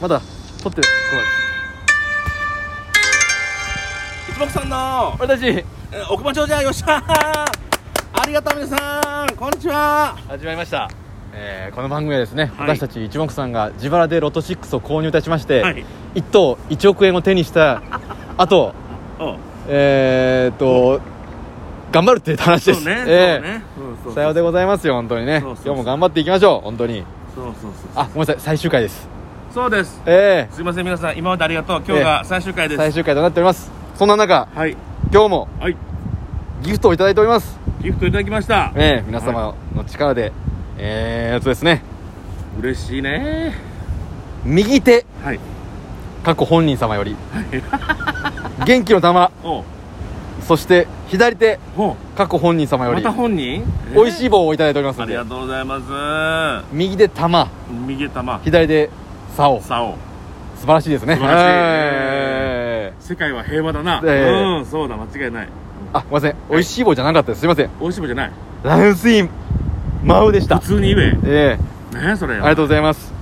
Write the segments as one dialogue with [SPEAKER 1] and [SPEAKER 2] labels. [SPEAKER 1] まだ撮ってこ
[SPEAKER 2] 一目さんの
[SPEAKER 1] ない俺たち
[SPEAKER 2] えー億万長者よっしゃーありがとう皆さんこんにちは
[SPEAKER 1] 始まりました、えーこの番組はですね、
[SPEAKER 2] はい
[SPEAKER 1] 私たち一目さんが自腹でロト6を購入いたしまして、
[SPEAKER 2] はい
[SPEAKER 1] 1等1億円を手に したあと
[SPEAKER 2] おう
[SPEAKER 1] えーっと頑張るっていう話です
[SPEAKER 2] そうね、
[SPEAKER 1] え
[SPEAKER 2] そうねそうそ
[SPEAKER 1] ー
[SPEAKER 2] う
[SPEAKER 1] さようでございますよ本当にね
[SPEAKER 2] そうそうそう
[SPEAKER 1] 今日も頑張っていきましょう本当に
[SPEAKER 2] そうそうそう
[SPEAKER 1] あごめんなさい最終回です
[SPEAKER 2] そうです
[SPEAKER 1] え
[SPEAKER 2] すいません皆さん今までありがとう今日が最終回
[SPEAKER 1] ー
[SPEAKER 2] です、
[SPEAKER 1] 最終回となっておりますそんな中
[SPEAKER 2] はい
[SPEAKER 1] 今日も
[SPEAKER 2] はい
[SPEAKER 1] ギフトをいただいております
[SPEAKER 2] ギフトいただきました
[SPEAKER 1] ええ皆様の力で、えー、っとですね
[SPEAKER 2] 嬉しいね
[SPEAKER 1] 右手
[SPEAKER 2] はい
[SPEAKER 1] 過去本人様より元気の玉
[SPEAKER 2] おう
[SPEAKER 1] そして左手
[SPEAKER 2] ほ
[SPEAKER 1] 過去本人様
[SPEAKER 2] う
[SPEAKER 1] よ
[SPEAKER 2] ま
[SPEAKER 1] り
[SPEAKER 2] た本人
[SPEAKER 1] 美味し
[SPEAKER 2] い
[SPEAKER 1] い棒をいただいておりますの
[SPEAKER 2] あり
[SPEAKER 1] で
[SPEAKER 2] がとうございます
[SPEAKER 1] 右手玉
[SPEAKER 2] 右玉
[SPEAKER 1] 左手竿素
[SPEAKER 2] さお
[SPEAKER 1] 晴らしいですね
[SPEAKER 2] 素晴らしい
[SPEAKER 1] えー
[SPEAKER 2] 世界は平和だな、
[SPEAKER 1] ええ
[SPEAKER 2] うんそうだ間違いない
[SPEAKER 1] あごめんなさい美味しい棒じゃなかったですすいません
[SPEAKER 2] 美味しいもんじゃない
[SPEAKER 1] ランスインマウでした
[SPEAKER 2] 普通に言え
[SPEAKER 1] ええ
[SPEAKER 2] ねえそれ
[SPEAKER 1] ありがとうございます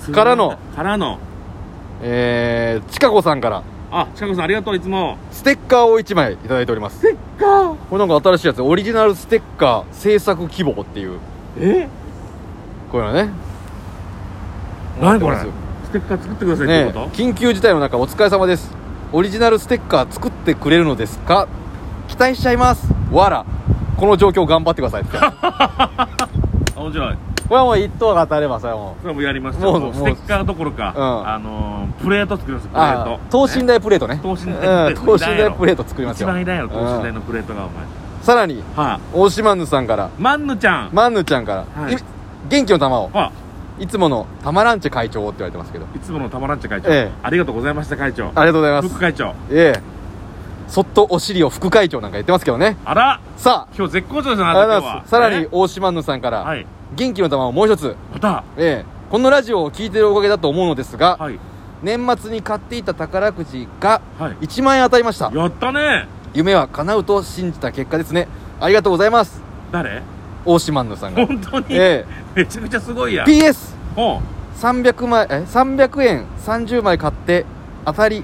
[SPEAKER 2] 普通に
[SPEAKER 1] からの
[SPEAKER 2] からの
[SPEAKER 1] えー、ちかこさんから
[SPEAKER 2] あちかこさんありがとういつも
[SPEAKER 1] ステッカーを1枚いただいております
[SPEAKER 2] せっか
[SPEAKER 1] これなんか新しいやつオリジナルステッカー制作希望っていう
[SPEAKER 2] え
[SPEAKER 1] こういうのね
[SPEAKER 2] 何こ
[SPEAKER 1] 持
[SPEAKER 2] れ
[SPEAKER 1] ってま
[SPEAKER 2] ステッカー作ってくだ
[SPEAKER 1] す
[SPEAKER 2] さいって
[SPEAKER 1] ね
[SPEAKER 2] こと、
[SPEAKER 1] 緊急事態の中お疲れ様ですオリジナルステッカー作ってくれるのですか期待しちゃいますわらこの状況頑張ってくだ さいってこ
[SPEAKER 2] あ面白い
[SPEAKER 1] れはもう一等が当たればそれはも
[SPEAKER 2] それもうやりまし
[SPEAKER 1] も
[SPEAKER 2] た
[SPEAKER 1] う
[SPEAKER 2] もう
[SPEAKER 1] もう
[SPEAKER 2] ステッカーどころか、
[SPEAKER 1] うん
[SPEAKER 2] あのープレート作ります
[SPEAKER 1] う
[SPEAKER 2] プレート
[SPEAKER 1] あ等身大プレートね
[SPEAKER 2] 等身大
[SPEAKER 1] うん
[SPEAKER 2] プレート
[SPEAKER 1] 等身大プレート作ります
[SPEAKER 2] 一
[SPEAKER 1] よ
[SPEAKER 2] 番偉いやろ等身大
[SPEAKER 1] うん
[SPEAKER 2] のプレートがお前は
[SPEAKER 1] さらに
[SPEAKER 2] あ
[SPEAKER 1] 大島ぬさんから
[SPEAKER 2] マンヌちゃん
[SPEAKER 1] まんぬちゃんから、
[SPEAKER 2] はい
[SPEAKER 1] い元気の玉を
[SPEAKER 2] あ
[SPEAKER 1] いつもの玉ランチ会長をって言われてますけど
[SPEAKER 2] いつものたまらんちゃ会長、
[SPEAKER 1] ええ
[SPEAKER 2] ありがとうございました会長
[SPEAKER 1] ありがとうございます
[SPEAKER 2] 副会長
[SPEAKER 1] ええそっとお尻を副会長なんか言ってますけどね
[SPEAKER 2] あら
[SPEAKER 1] さあ
[SPEAKER 2] 今日絶好調じゃ
[SPEAKER 1] あ
[SPEAKER 2] な
[SPEAKER 1] り
[SPEAKER 2] い
[SPEAKER 1] がと
[SPEAKER 2] です
[SPEAKER 1] うござい
[SPEAKER 2] か
[SPEAKER 1] ますさらに大島ぬさんから、
[SPEAKER 2] はい
[SPEAKER 1] 元気の玉をもう一つ、
[SPEAKER 2] また
[SPEAKER 1] ええこのラジオを聞いてるおかげだと思うのですが、
[SPEAKER 2] はい
[SPEAKER 1] 年末に買っていた宝くじが
[SPEAKER 2] はい
[SPEAKER 1] 1万円当たりました
[SPEAKER 2] やったね
[SPEAKER 1] 夢は叶うと信じた結果ですねありがとうございます
[SPEAKER 2] 誰
[SPEAKER 1] 大島ぬさんが
[SPEAKER 2] 本当に、
[SPEAKER 1] え
[SPEAKER 2] めちゃくちゃすごい
[SPEAKER 1] え
[SPEAKER 2] やん
[SPEAKER 1] PS300
[SPEAKER 2] おう
[SPEAKER 1] 枚え300円30枚買って当たり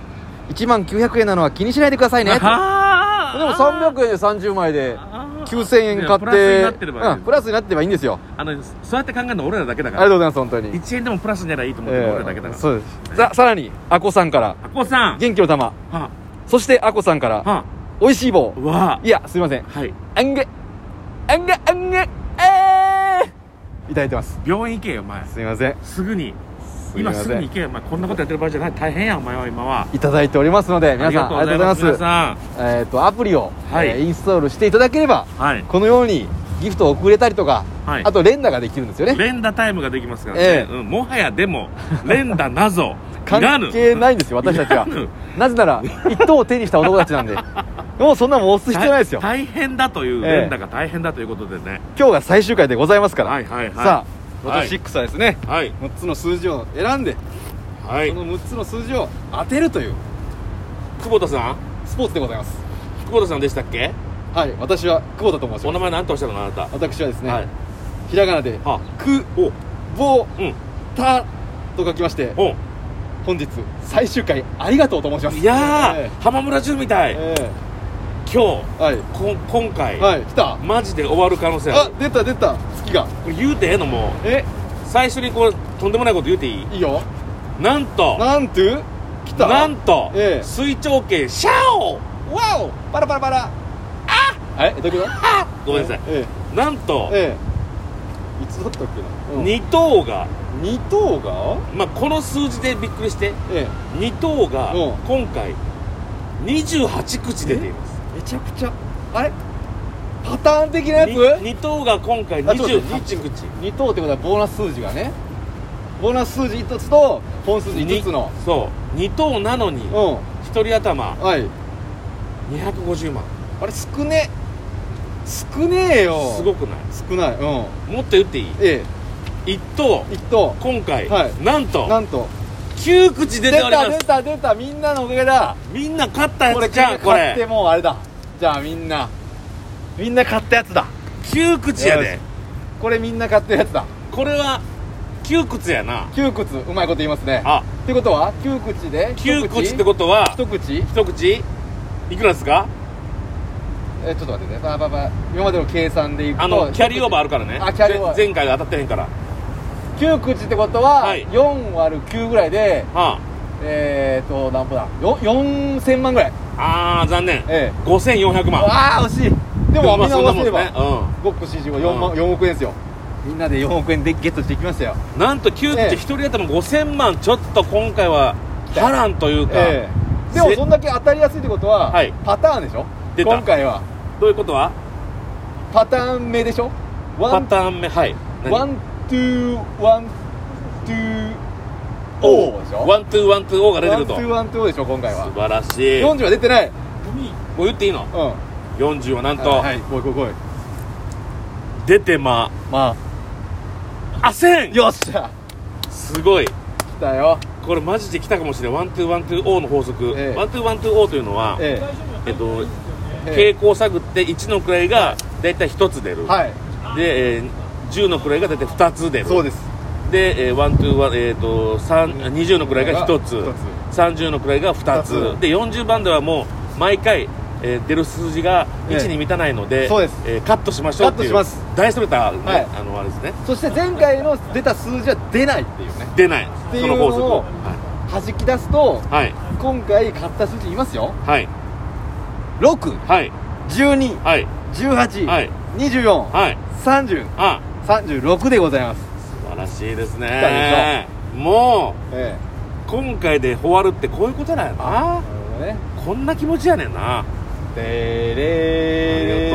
[SPEAKER 1] 1万900円なのは気にしないでくださいね
[SPEAKER 2] あ
[SPEAKER 1] でも
[SPEAKER 2] はー
[SPEAKER 1] 300円で30枚で
[SPEAKER 2] あー
[SPEAKER 1] 9000円買っ
[SPEAKER 2] プラスになっててればいい
[SPEAKER 1] うんプラスになってればいいんですよ
[SPEAKER 2] あのそうやって考えるの俺らだけだ
[SPEAKER 1] あ
[SPEAKER 2] か
[SPEAKER 1] りがとうご
[SPEAKER 2] ら
[SPEAKER 1] ざいます本当に
[SPEAKER 2] 1円でもプラスにならいいと思ってるの俺らだけだ
[SPEAKER 1] ええ
[SPEAKER 2] から
[SPEAKER 1] そうですささらにあこさんから
[SPEAKER 2] あこさん
[SPEAKER 1] 元気の玉
[SPEAKER 2] は
[SPEAKER 1] そしてあこさんから
[SPEAKER 2] は
[SPEAKER 1] 美味しい棒
[SPEAKER 2] わ
[SPEAKER 1] いやすいません
[SPEAKER 2] はい
[SPEAKER 1] あんげあんげあんげえーいただいてます
[SPEAKER 2] 病院行けよお前
[SPEAKER 1] すいません
[SPEAKER 2] すぐに
[SPEAKER 1] すいま
[SPEAKER 2] 今
[SPEAKER 1] せん
[SPEAKER 2] すぐに行けよお前こんなことやってる場合じゃない大変やお前は今はい
[SPEAKER 1] ただいておりますので皆さんありがとうございます
[SPEAKER 2] 皆さ
[SPEAKER 1] えっ、とアプリを、
[SPEAKER 2] はい
[SPEAKER 1] えーインストールしていただければ
[SPEAKER 2] んはい
[SPEAKER 1] このようにギフトを送れたりとか、
[SPEAKER 2] はい
[SPEAKER 1] あと連打ができるんですよね
[SPEAKER 2] 連打タイムができますから
[SPEAKER 1] え
[SPEAKER 2] ね
[SPEAKER 1] え
[SPEAKER 2] うんもはや でも連打なぞ
[SPEAKER 1] 関係ないんですよ 私たちはなぜなら一等を手にした男たち なんでもうそんなもん押す必要ないですよ
[SPEAKER 2] 大変だという
[SPEAKER 1] ええ
[SPEAKER 2] 連打が大変だということでね
[SPEAKER 1] 今日が最終回でございますから、
[SPEAKER 2] はいはいはい
[SPEAKER 1] さあロト
[SPEAKER 2] はい
[SPEAKER 1] 6はですね、
[SPEAKER 2] はい
[SPEAKER 1] 6つの数字を選んで
[SPEAKER 2] はい
[SPEAKER 1] その6つの数字を当てるという
[SPEAKER 2] 久保田さん
[SPEAKER 1] スポーツでございます
[SPEAKER 2] 久保田さんでしたっけ
[SPEAKER 1] はい私は久保田と申し
[SPEAKER 2] お
[SPEAKER 1] ま
[SPEAKER 2] 名
[SPEAKER 1] す
[SPEAKER 2] 前何とおっしゃるのあなた
[SPEAKER 1] 私はですね、
[SPEAKER 2] はい
[SPEAKER 1] ひらがなで
[SPEAKER 2] は
[SPEAKER 1] 「く
[SPEAKER 2] お」
[SPEAKER 1] 「ぼ」
[SPEAKER 2] うん
[SPEAKER 1] 「た」と書きまして
[SPEAKER 2] お
[SPEAKER 1] 本日最終回ありがとうと申します
[SPEAKER 2] いやー、
[SPEAKER 1] え
[SPEAKER 2] 浜村淳みたい、
[SPEAKER 1] ええ
[SPEAKER 2] 今
[SPEAKER 1] えはい
[SPEAKER 2] 日こん今回、
[SPEAKER 1] はい来た
[SPEAKER 2] マジで終わる可能性あ
[SPEAKER 1] あ
[SPEAKER 2] る
[SPEAKER 1] 出た出た月が
[SPEAKER 2] これ言うてええのも
[SPEAKER 1] え
[SPEAKER 2] う最初にこうとんでもないこと言うていい
[SPEAKER 1] いいよ
[SPEAKER 2] なんと
[SPEAKER 1] なんと来た
[SPEAKER 2] なんと、
[SPEAKER 1] ええ
[SPEAKER 2] 水蒸気シャオ
[SPEAKER 1] わおパラパラパラあえどういうこと
[SPEAKER 2] ごめんなさい、
[SPEAKER 1] え
[SPEAKER 2] なんと
[SPEAKER 1] え、ええいつだったっけな、
[SPEAKER 2] 二頭が
[SPEAKER 1] 2等が
[SPEAKER 2] まあこの数字でびっくりして
[SPEAKER 1] ええ
[SPEAKER 2] 二頭が
[SPEAKER 1] うん
[SPEAKER 2] 今回28口出ています
[SPEAKER 1] めちゃくちゃあれパターン的なやつ
[SPEAKER 2] に二頭が今回
[SPEAKER 1] あちょっと待
[SPEAKER 2] 28口
[SPEAKER 1] 2等ってことはボーナス数字がねボーナス数字1つと本数字5つの
[SPEAKER 2] にそう二頭なのに
[SPEAKER 1] う
[SPEAKER 2] 一人頭
[SPEAKER 1] んはい
[SPEAKER 2] 250万
[SPEAKER 1] あれ少ね少ねえよ
[SPEAKER 2] すごくない
[SPEAKER 1] 少ないうん
[SPEAKER 2] もっと言っていい
[SPEAKER 1] え
[SPEAKER 2] 一等
[SPEAKER 1] え1等
[SPEAKER 2] 今回、
[SPEAKER 1] はい
[SPEAKER 2] なんと
[SPEAKER 1] なんと
[SPEAKER 2] 9口出
[SPEAKER 1] 出
[SPEAKER 2] ておりま
[SPEAKER 1] た
[SPEAKER 2] す
[SPEAKER 1] 出た出たみんなのおかげだ
[SPEAKER 2] みんな勝ったや
[SPEAKER 1] これ
[SPEAKER 2] つじゃんこ
[SPEAKER 1] 買って
[SPEAKER 2] れ
[SPEAKER 1] もうあれだじゃあみんなみんな買ったやつだ
[SPEAKER 2] 9口や
[SPEAKER 1] よ
[SPEAKER 2] で
[SPEAKER 1] これみんな買ったやつだ
[SPEAKER 2] これは窮屈やな
[SPEAKER 1] 窮屈うまいこと言いますね
[SPEAKER 2] あ
[SPEAKER 1] ってことは窮屈で
[SPEAKER 2] 窮屈って
[SPEAKER 1] と
[SPEAKER 2] ことは
[SPEAKER 1] 一口
[SPEAKER 2] 一口いくらですか
[SPEAKER 1] えちょっと待ってねばばば今までの計算でいくと
[SPEAKER 2] あのキャリーオーバーあるからね
[SPEAKER 1] あキャリーオーバー
[SPEAKER 2] ぜ前回が当たってへんから
[SPEAKER 1] 9口ってことは、
[SPEAKER 2] はい
[SPEAKER 1] 4割る9ぐらいで
[SPEAKER 2] は
[SPEAKER 1] えーと何歩だよ4000万ぐらい
[SPEAKER 2] ああー残念
[SPEAKER 1] ええ
[SPEAKER 2] 5400万
[SPEAKER 1] ああ惜しいでもみんな合わせれば、
[SPEAKER 2] ね
[SPEAKER 1] ごっこ四十は4万4億円ですよみんなで4億円でゲットしていきましたよ
[SPEAKER 2] うん、なんと窮
[SPEAKER 1] ええ
[SPEAKER 2] 屈一人頭5000万ちょっと今回は
[SPEAKER 1] た
[SPEAKER 2] 波乱というか、
[SPEAKER 1] ええでもそんだけ当たりやすいってことは、
[SPEAKER 2] はい
[SPEAKER 1] パターンでしょ
[SPEAKER 2] 出た
[SPEAKER 1] 今回は
[SPEAKER 2] どういうことは
[SPEAKER 1] パターン目でしょワ
[SPEAKER 2] パ
[SPEAKER 1] ン
[SPEAKER 2] ターン目はい何
[SPEAKER 1] ワントゥーワントゥーオーでしょ
[SPEAKER 2] ワントゥーワントゥーオーが出てくると
[SPEAKER 1] ワントゥーワントゥーオーでしょ今回は
[SPEAKER 2] 素晴らしい
[SPEAKER 1] 40は出てない
[SPEAKER 2] もう言っていいの
[SPEAKER 1] うんは
[SPEAKER 2] 40はなんと、
[SPEAKER 1] い来い来い来い
[SPEAKER 2] 出てま
[SPEAKER 1] ま
[SPEAKER 2] あせん
[SPEAKER 1] あよっしゃ
[SPEAKER 2] すごい
[SPEAKER 1] 来たよ
[SPEAKER 2] これマジで来たかもしれないワントゥーワントゥーオーの法則、
[SPEAKER 1] ええ
[SPEAKER 2] ワントゥーワントゥーオーというのは、え
[SPEAKER 1] え
[SPEAKER 2] っと
[SPEAKER 1] ええ
[SPEAKER 2] 傾向を探って1の位が大体1つ出る、
[SPEAKER 1] えはい
[SPEAKER 2] で、えー10の位が大体2つ出る
[SPEAKER 1] そうです
[SPEAKER 2] で、えー、ワントゥーワン、えー、と3 20の位が1つ
[SPEAKER 1] 一つ
[SPEAKER 2] 30の位が2つ
[SPEAKER 1] 二つ
[SPEAKER 2] で40番ではもう毎回、えー出る数字が
[SPEAKER 1] ええ
[SPEAKER 2] 1に満たないので,、え
[SPEAKER 1] そうです
[SPEAKER 2] ーカットしましょうっていう
[SPEAKER 1] カットしま
[SPEAKER 2] 大それた、ね
[SPEAKER 1] はい
[SPEAKER 2] あのあれですね
[SPEAKER 1] そして前回の出た数字は出ないっていうね
[SPEAKER 2] 出ない
[SPEAKER 1] てい
[SPEAKER 2] そう
[SPEAKER 1] の
[SPEAKER 2] の
[SPEAKER 1] を
[SPEAKER 2] 法則は
[SPEAKER 1] 弾き出すと
[SPEAKER 2] い
[SPEAKER 1] 今回買った数字いますよ
[SPEAKER 2] はい
[SPEAKER 1] 6
[SPEAKER 2] はい
[SPEAKER 1] 12
[SPEAKER 2] はい
[SPEAKER 1] 18、
[SPEAKER 2] はい
[SPEAKER 1] 24、
[SPEAKER 2] はい
[SPEAKER 1] 30、
[SPEAKER 2] あ
[SPEAKER 1] 36でございます。
[SPEAKER 2] 素晴らしいです
[SPEAKER 1] た
[SPEAKER 2] ね
[SPEAKER 1] で
[SPEAKER 2] も
[SPEAKER 1] え
[SPEAKER 2] う今回で終わるってこういうことだよな
[SPEAKER 1] え。なるほどね。
[SPEAKER 2] こんな気持ちやねんな
[SPEAKER 1] でれ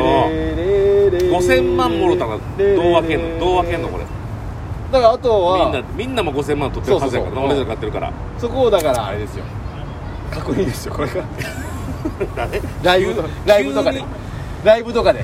[SPEAKER 1] ーれーれーれー
[SPEAKER 2] 5000万もろたらどう分けんのどう分けんのこれ
[SPEAKER 1] だからあと
[SPEAKER 2] みんな
[SPEAKER 1] は、
[SPEAKER 2] みんなも5000万取ってるはずやからな
[SPEAKER 1] そうそうそう
[SPEAKER 2] 俺らが買ってるから
[SPEAKER 1] そこをだからあれですよ。確認ですよ、これが。
[SPEAKER 2] 誰
[SPEAKER 1] ライブ、ライブとかで
[SPEAKER 2] 急に。
[SPEAKER 1] ライブとか で。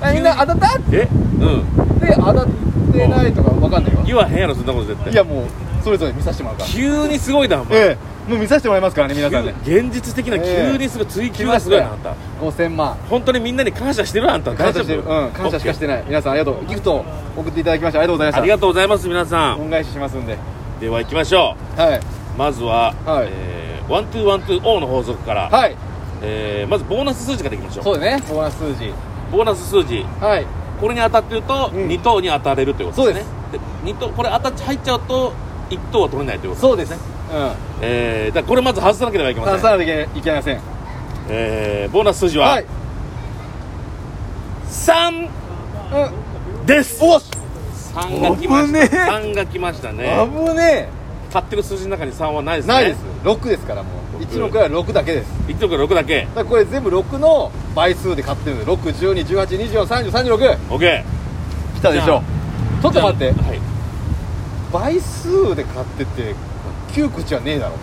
[SPEAKER 1] あみんな当たったっ
[SPEAKER 2] えうん
[SPEAKER 1] て当たってないとかわかんないよ。
[SPEAKER 2] 言わへんやろそんなこと絶対
[SPEAKER 1] いやもう、それぞれ見させてもらうから。
[SPEAKER 2] 急にすごいなお前、
[SPEAKER 1] ええ、もう見させてもらいますからね、皆さんね。
[SPEAKER 2] 急現実的な急にすごい追求がすごいなあんた
[SPEAKER 1] 5000万。
[SPEAKER 2] 本当にみんなに感謝してるあんた
[SPEAKER 1] 感
[SPEAKER 2] 大丈
[SPEAKER 1] 謝してる、
[SPEAKER 2] 夫
[SPEAKER 1] うん、感謝しかして
[SPEAKER 2] る
[SPEAKER 1] ない皆さんありがとうギフトを送っていただきましてありがとうございました
[SPEAKER 2] ありがとうございます皆さん
[SPEAKER 1] 恩返ししますんで
[SPEAKER 2] では行きましょ
[SPEAKER 1] はいう
[SPEAKER 2] まずは、
[SPEAKER 1] はい
[SPEAKER 2] えー、ワントゥーワントゥーオーの法則から、
[SPEAKER 1] はい
[SPEAKER 2] えー、まずボーナス数字からいきましょう
[SPEAKER 1] そうだねボーナス数字
[SPEAKER 2] ボーナス数字
[SPEAKER 1] はい
[SPEAKER 2] これに当たってると、
[SPEAKER 1] うん
[SPEAKER 2] 二2等に当たれるということですね
[SPEAKER 1] そ
[SPEAKER 2] で二等これ当たっち入っちゃうと1等は取れないということ
[SPEAKER 1] そうですね
[SPEAKER 2] えー、だからこれまず外さなければいけ
[SPEAKER 1] うん
[SPEAKER 2] ま
[SPEAKER 1] 出
[SPEAKER 2] せん、
[SPEAKER 1] さなきゃいけません
[SPEAKER 2] えー、ボーナス数字
[SPEAKER 1] は
[SPEAKER 2] はい3
[SPEAKER 1] う
[SPEAKER 2] です
[SPEAKER 1] おっ
[SPEAKER 2] 3が来ま
[SPEAKER 1] 危
[SPEAKER 2] し
[SPEAKER 1] ねえ
[SPEAKER 2] た3が来ましたね
[SPEAKER 1] ん危ね
[SPEAKER 2] 買ってる数字の中に3はないで
[SPEAKER 1] え
[SPEAKER 2] すね
[SPEAKER 1] ないです6ですからもう
[SPEAKER 2] 六
[SPEAKER 1] 1の位は6だけです
[SPEAKER 2] 1等から6だけ
[SPEAKER 1] だからこれ全部6の倍数で買ってるんで61218243036
[SPEAKER 2] OK
[SPEAKER 1] 来たでしょちょっと待って
[SPEAKER 2] はい、
[SPEAKER 1] 倍数で買ってて9口はねえだろ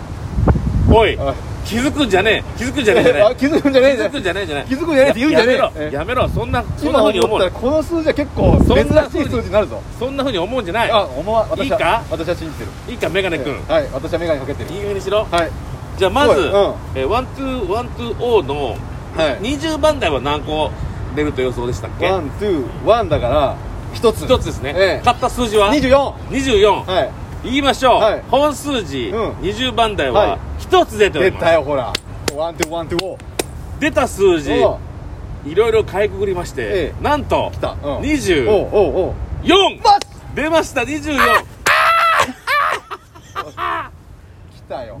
[SPEAKER 2] おい
[SPEAKER 1] あ
[SPEAKER 2] 気づくんじゃねえ気づくんじゃねえじゃね
[SPEAKER 1] あ気づくんじゃ
[SPEAKER 2] え
[SPEAKER 1] ねえ
[SPEAKER 2] 気
[SPEAKER 1] じゃ
[SPEAKER 2] づくんじゃねえじゃねえ
[SPEAKER 1] 気づくんじゃねえって言うんじゃねえ
[SPEAKER 2] や
[SPEAKER 1] え
[SPEAKER 2] めろやめろそんなそん
[SPEAKER 1] 今
[SPEAKER 2] なふ
[SPEAKER 1] 思
[SPEAKER 2] うに思
[SPEAKER 1] っ
[SPEAKER 2] う
[SPEAKER 1] た
[SPEAKER 2] な
[SPEAKER 1] らこの数字は結構
[SPEAKER 2] そ
[SPEAKER 1] 珍
[SPEAKER 2] んな
[SPEAKER 1] しい数字になるぞ
[SPEAKER 2] そんなふうに思うんじゃない
[SPEAKER 1] あ思わ私はい
[SPEAKER 2] いか
[SPEAKER 1] 私は信じてる
[SPEAKER 2] いいかメガネ君
[SPEAKER 1] はい私は眼鏡かけてる
[SPEAKER 2] いいようにしろ
[SPEAKER 1] はい
[SPEAKER 2] じゃあまず、
[SPEAKER 1] おいうん
[SPEAKER 2] えー、ワントゥーワントゥーオーの
[SPEAKER 1] はい
[SPEAKER 2] 20番台は何個出ると予想でしたっけ
[SPEAKER 1] ワンツーワンだから一つ
[SPEAKER 2] 一つですね、
[SPEAKER 1] ええ
[SPEAKER 2] 買った数字は
[SPEAKER 1] 24
[SPEAKER 2] 24、
[SPEAKER 1] はい
[SPEAKER 2] 言いましょう、
[SPEAKER 1] はい
[SPEAKER 2] 本数字、
[SPEAKER 1] うん
[SPEAKER 2] 20番台
[SPEAKER 1] はい
[SPEAKER 2] は一つ出てお
[SPEAKER 1] 出
[SPEAKER 2] ります、
[SPEAKER 1] たよほらワンツーワンツーお
[SPEAKER 2] 出た数字
[SPEAKER 1] おう
[SPEAKER 2] いろいろかいくぐりまして、
[SPEAKER 1] ええ
[SPEAKER 2] なんと
[SPEAKER 1] 来たうんお
[SPEAKER 2] 24
[SPEAKER 1] うおうおうマジ
[SPEAKER 2] 出ました2424
[SPEAKER 1] 来たよ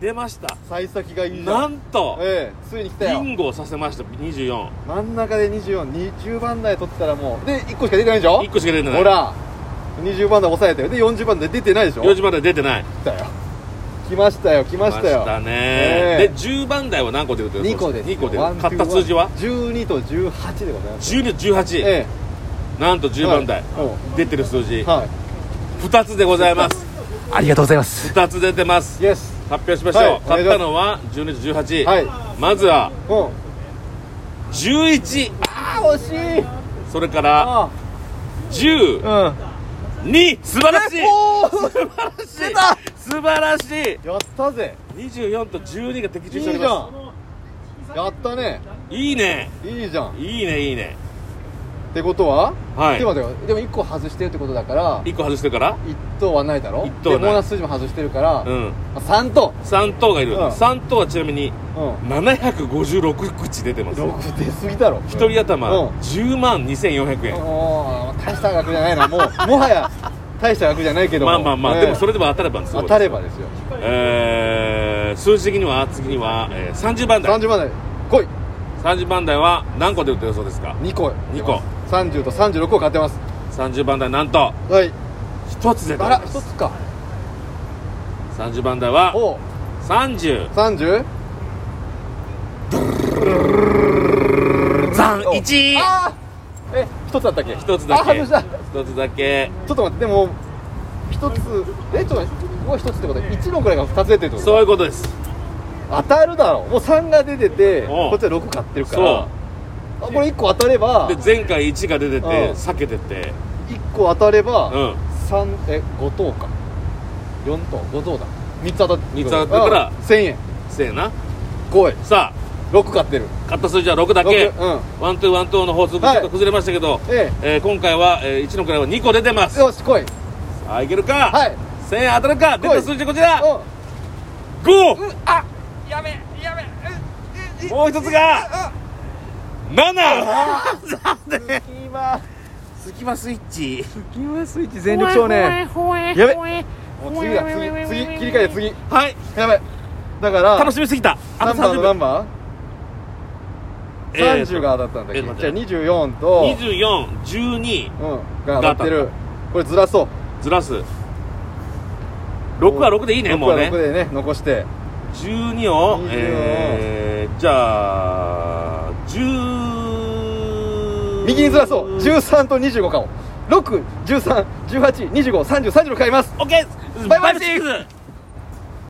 [SPEAKER 2] 出ました
[SPEAKER 1] 幸先がいいじゃ
[SPEAKER 2] なんんと、
[SPEAKER 1] ええついに来た
[SPEAKER 2] ビ
[SPEAKER 1] よ
[SPEAKER 2] ンゴをさせました24
[SPEAKER 1] 真ん中で2420番台取ったらもうで1個しか出てないでしょ
[SPEAKER 2] 1個しか出てない
[SPEAKER 1] ほら20番台抑えたよで40番台出てないでしょ
[SPEAKER 2] 4時まで出てない
[SPEAKER 1] 来たよ来ましたよ来ましたよ
[SPEAKER 2] ね、
[SPEAKER 1] ええ
[SPEAKER 2] で10番台は何個出ると予想
[SPEAKER 1] 2個です
[SPEAKER 2] 2個出
[SPEAKER 1] ワン
[SPEAKER 2] る買った数字は
[SPEAKER 1] ツーワン12と18でございます
[SPEAKER 2] 12と18、
[SPEAKER 1] え
[SPEAKER 2] なんと10番台、
[SPEAKER 1] はいお
[SPEAKER 2] 出てる数字
[SPEAKER 1] えはい
[SPEAKER 2] 2つでございます
[SPEAKER 1] ありがとうございます
[SPEAKER 2] 2つ出てます
[SPEAKER 1] イエス
[SPEAKER 2] 発表しましょう、
[SPEAKER 1] はい
[SPEAKER 2] 買ったのは12と18、
[SPEAKER 1] はい
[SPEAKER 2] まずは
[SPEAKER 1] うん
[SPEAKER 2] 11
[SPEAKER 1] ああ惜しい
[SPEAKER 2] それから
[SPEAKER 1] あ
[SPEAKER 2] 12
[SPEAKER 1] あうん
[SPEAKER 2] 素晴らしい
[SPEAKER 1] おお
[SPEAKER 2] 素晴らしい
[SPEAKER 1] 出た
[SPEAKER 2] 素晴らしい
[SPEAKER 1] やったぜ
[SPEAKER 2] 24と12が的
[SPEAKER 1] いい
[SPEAKER 2] 中して
[SPEAKER 1] じ
[SPEAKER 2] お
[SPEAKER 1] ゃ
[SPEAKER 2] り
[SPEAKER 1] ん
[SPEAKER 2] ま
[SPEAKER 1] やったね
[SPEAKER 2] すいいね
[SPEAKER 1] いいじゃん
[SPEAKER 2] いいねいいね
[SPEAKER 1] ってことは、
[SPEAKER 2] はい
[SPEAKER 1] でもでもでも1個外してるってことだから
[SPEAKER 2] 1個外してから
[SPEAKER 1] 1等はないだろ
[SPEAKER 2] 一等は
[SPEAKER 1] で
[SPEAKER 2] ない
[SPEAKER 1] ボーナス数字も外してるから、
[SPEAKER 2] う
[SPEAKER 1] ま
[SPEAKER 2] ん
[SPEAKER 1] あ3等
[SPEAKER 2] 3等がいる、
[SPEAKER 1] うん
[SPEAKER 2] 三3等はちなみに
[SPEAKER 1] う
[SPEAKER 2] 756口出てます
[SPEAKER 1] ん6出過ぎだろ
[SPEAKER 2] 一人頭
[SPEAKER 1] うん
[SPEAKER 2] 10万2400円、
[SPEAKER 1] おー大した額じゃないなもうもはや大した額じゃないけども
[SPEAKER 2] まあまあまあ、
[SPEAKER 1] ええ
[SPEAKER 2] でもそれでも当たればすごい
[SPEAKER 1] 当たればですよ
[SPEAKER 2] えー、数字的には次には、えー、30番台
[SPEAKER 1] 30万台来い
[SPEAKER 2] 30番台は何個で売ってるそうですか
[SPEAKER 1] 2個
[SPEAKER 2] 二個
[SPEAKER 1] 30と36を買ってます
[SPEAKER 2] 30番台なんと
[SPEAKER 1] はい
[SPEAKER 2] 1つ出て
[SPEAKER 1] あ
[SPEAKER 2] ま
[SPEAKER 1] ら
[SPEAKER 2] す
[SPEAKER 1] 一つか
[SPEAKER 2] 30番台は
[SPEAKER 1] おう
[SPEAKER 2] 30
[SPEAKER 1] 30?
[SPEAKER 2] 残1
[SPEAKER 1] ああえ一つだったっけ
[SPEAKER 2] 一つだ
[SPEAKER 1] あ
[SPEAKER 2] け
[SPEAKER 1] 外したち
[SPEAKER 2] 一つだけ
[SPEAKER 1] ょっと待ってでも一つえちょっと待ってここ一つってことは1のくらいが2つ出てるってこと
[SPEAKER 2] そういうことです
[SPEAKER 1] 当たるだろもう3が出てて
[SPEAKER 2] おう
[SPEAKER 1] こっちは6買ってるか
[SPEAKER 2] そ
[SPEAKER 1] らあこれ1個当たれば
[SPEAKER 2] うで前回1が出てて
[SPEAKER 1] うん
[SPEAKER 2] 避けてて
[SPEAKER 1] 1個当たれば、
[SPEAKER 2] うん
[SPEAKER 1] 三え5等か4等5等だ3つ当たって
[SPEAKER 2] 三つ当たってから
[SPEAKER 1] 1000円
[SPEAKER 2] せやな
[SPEAKER 1] 5円
[SPEAKER 2] さ
[SPEAKER 1] 6買ってる
[SPEAKER 2] あ買った数字は6だけ
[SPEAKER 1] 六うん
[SPEAKER 2] ワントゥーワントゥーの法則ちょ
[SPEAKER 1] はい
[SPEAKER 2] っと崩れましたけど、
[SPEAKER 1] え
[SPEAKER 2] えー今回は、え1の位は2個出てます
[SPEAKER 1] えよし来い
[SPEAKER 2] あいけるか、
[SPEAKER 1] はい
[SPEAKER 2] 1000円当たるか出た数字こちら
[SPEAKER 1] おう
[SPEAKER 2] 5
[SPEAKER 1] うあ
[SPEAKER 3] やべやべうう
[SPEAKER 2] もう一つが7
[SPEAKER 1] 隙間
[SPEAKER 2] 隙間スイッチ
[SPEAKER 1] 隙間スイッチ全力少年やべもう次だ次次切り替えて次
[SPEAKER 2] はい
[SPEAKER 1] やばいだから
[SPEAKER 2] 楽しみすぎたあ
[SPEAKER 1] ナン
[SPEAKER 2] と
[SPEAKER 1] バーのナ
[SPEAKER 2] 30
[SPEAKER 1] ン
[SPEAKER 2] 分
[SPEAKER 1] バー、
[SPEAKER 2] えーと
[SPEAKER 1] 30が当たったんだっけ、
[SPEAKER 2] えーと
[SPEAKER 1] じゃあ24と
[SPEAKER 2] 2412
[SPEAKER 1] うん、が当たってるこれずらそう
[SPEAKER 2] ずらす6は6でいいね
[SPEAKER 1] 6
[SPEAKER 2] もう
[SPEAKER 1] は
[SPEAKER 2] ね
[SPEAKER 1] 6でね残して
[SPEAKER 2] 12を
[SPEAKER 1] いいよ
[SPEAKER 2] えー、じゃあ10
[SPEAKER 1] 右にずらそう13と25買おう61318253036買います
[SPEAKER 2] オッケー
[SPEAKER 1] バイバイ
[SPEAKER 2] バイバイシーズ